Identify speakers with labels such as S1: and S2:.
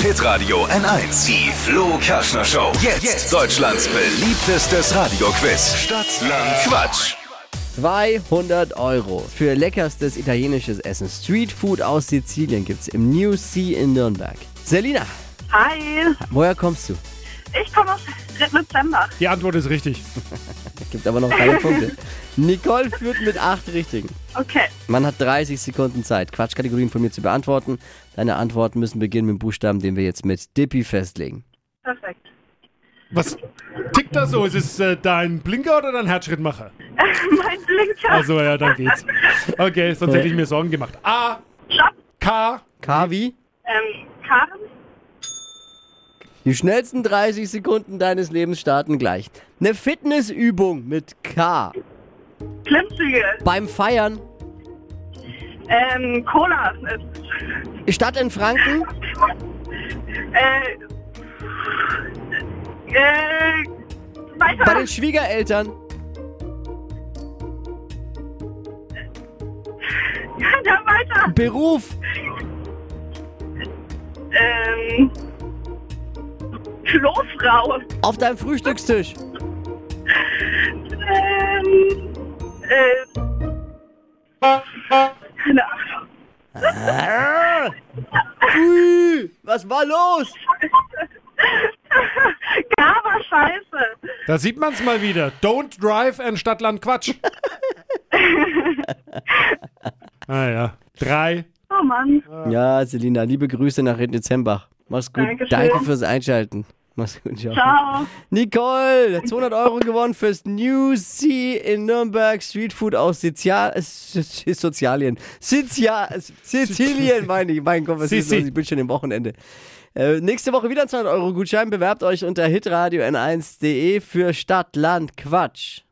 S1: Hitradio N1. Die Flo Kaschner Show. Jetzt, Deutschlands beliebtestes Radioquiz. Stadt, Land, Quatsch.
S2: 200 Euro für leckerstes italienisches Essen. Streetfood aus Sizilien gibt's im New Sea in Nürnberg. Selina,
S3: Hi,
S2: woher kommst du?
S3: ich komme aus Dezember.
S4: Die Antwort ist richtig.
S2: Gibt aber noch keine Punkte. Nicole führt mit acht Richtigen.
S3: Okay,
S2: Man hat 30 Sekunden Zeit, Quatschkategorien von mir zu beantworten. Deine Antworten müssen beginnen mit dem Buchstaben, den wir jetzt mit Dippy festlegen.
S3: perfekt.
S4: Was tickt da so? Ist es äh, dein Blinker oder dein Herzschrittmacher?
S3: mein Blinker.
S4: Also ja, dann geht's. Okay, sonst hätte ich mir Sorgen gemacht. A,
S3: Stopp.
S4: K,
S2: Kavi,
S3: Ähm, Karen,
S2: die schnellsten 30 Sekunden deines Lebens starten gleich. Eine Fitnessübung mit K.
S3: Klimmzüge,
S2: Beim Feiern,
S3: ähm, Cola, äh,
S2: Stadt in Franken,
S3: äh, äh,
S2: bei
S3: weiter,
S2: den Schwiegereltern.
S3: ja, weiter,
S2: Beruf,
S3: ähm, Klofrau,
S2: auf deinem Frühstückstisch.
S3: ähm, äh, keine Ahnung.
S2: Ui, was war los?
S3: Gaba, scheiße.
S4: da sieht man's mal wieder. Don't drive and Stadtland Quatsch. ah ja. Drei.
S3: Oh Mann.
S2: Ja, Selina, liebe Grüße nach Dezembach. Mach's gut.
S3: Dankeschön.
S2: Danke fürs Einschalten. Mach's gut, ciao.
S3: Ciao.
S2: Nicole, 200 Euro gewonnen fürs New Sea in Nürnberg. Streetfood aus Sizia äh, Sizilien. Sizia Sizilien, meine ich. Mein Gott, was ist
S4: Sisi.
S2: los? Ich bin schon im Wochenende. Äh, nächste Woche wieder 200 Euro Gutschein. Bewerbt euch unter hitradio n1.de für Stadt, Land, Quatsch.